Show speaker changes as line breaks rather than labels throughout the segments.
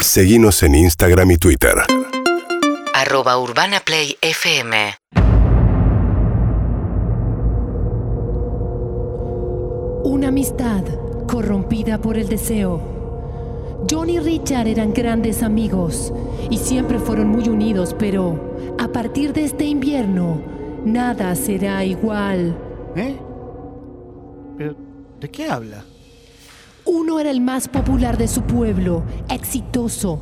Seguimos en Instagram y Twitter.
Arroba Urbana Play FM.
Una amistad corrompida por el deseo. John y Richard eran grandes amigos y siempre fueron muy unidos, pero a partir de este invierno, nada será igual.
¿Eh? ¿Pero de qué habla?
Uno era el más popular de su pueblo, exitoso,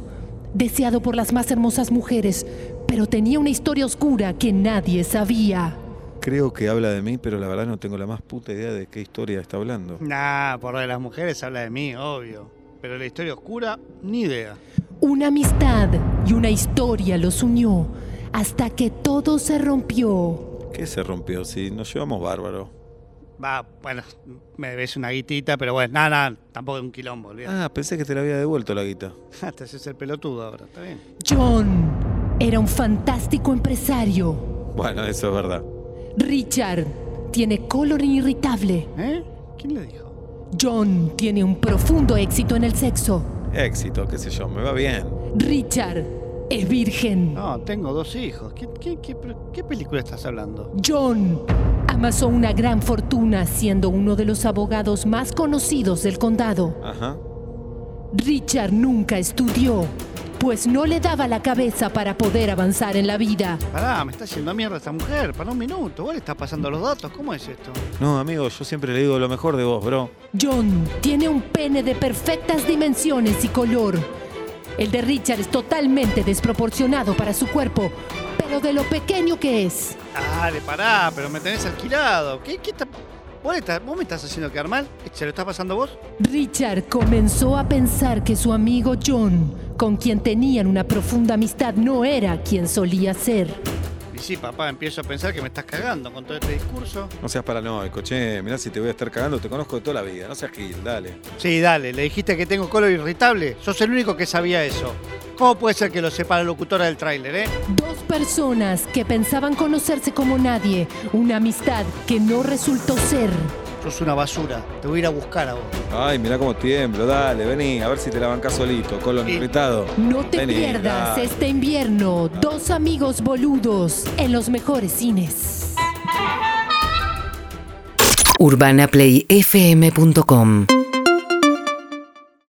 deseado por las más hermosas mujeres, pero tenía una historia oscura que nadie sabía.
Creo que habla de mí, pero la verdad no tengo la más puta idea de qué historia está hablando.
Nah, por lo de las mujeres habla de mí, obvio. Pero la historia oscura, ni idea.
Una amistad y una historia los unió hasta que todo se rompió.
¿Qué se rompió? Si nos llevamos bárbaro.
Va, bueno, me debes una guitita, pero bueno, nada, nada, tampoco es un quilombo, olvídate.
Ah, pensé que te la había devuelto la guita.
Ah, te haces el pelotudo ahora, está bien.
John era un fantástico empresario.
Bueno, eso es verdad.
Richard tiene color irritable.
¿Eh? ¿Quién le dijo?
John tiene un profundo éxito en el sexo.
Éxito, qué sé yo, me va bien.
Richard es virgen.
No, tengo dos hijos. ¿Qué, qué, qué- pero qué película estás hablando?
John amasó una gran fortuna siendo uno de los abogados más conocidos del condado.
Ajá.
Richard nunca estudió, pues no le daba la cabeza para poder avanzar en la vida.
Pará, me está yendo a mierda esta mujer. Pará un minuto, vos le estás pasando los datos. ¿Cómo es esto?
No, amigo, yo siempre le digo lo mejor de vos, bro.
John tiene un pene de perfectas dimensiones y color. El de Richard es totalmente desproporcionado para su cuerpo, pero de lo pequeño que es.
Dale, pará, pero me tenés alquilado. ¿Qué, qué está- Vos, le estás- vos me estás haciendo quedar mal? ¿Se lo está pasando vos?
Richard comenzó a pensar que su amigo John, con quien tenían una profunda amistad, no era quien solía ser.
Y sí, papá, empiezo a pensar que me estás cagando con todo este discurso.
No seas paranoico, che. Mirá si te voy a estar cagando, te conozco de toda la vida. No seas gil, dale.
Sí, dale, le dijiste que tengo color irritable. Sos el único que sabía eso. ¿Cómo puede ser que lo sepa la locutora del tráiler, eh?
Dos personas que pensaban conocerse como nadie, una amistad que no resultó ser.
Sos una basura. Te voy a ir a buscar a vos.
Ay, mirá cómo tiemblo, dale, vení, a ver si te la bancás solito, colon
Sí.
irritado.
No te
Vení,
pierdas
dale.
este invierno, dos amigos boludos en los mejores cines.
UrbanaPlayFM.com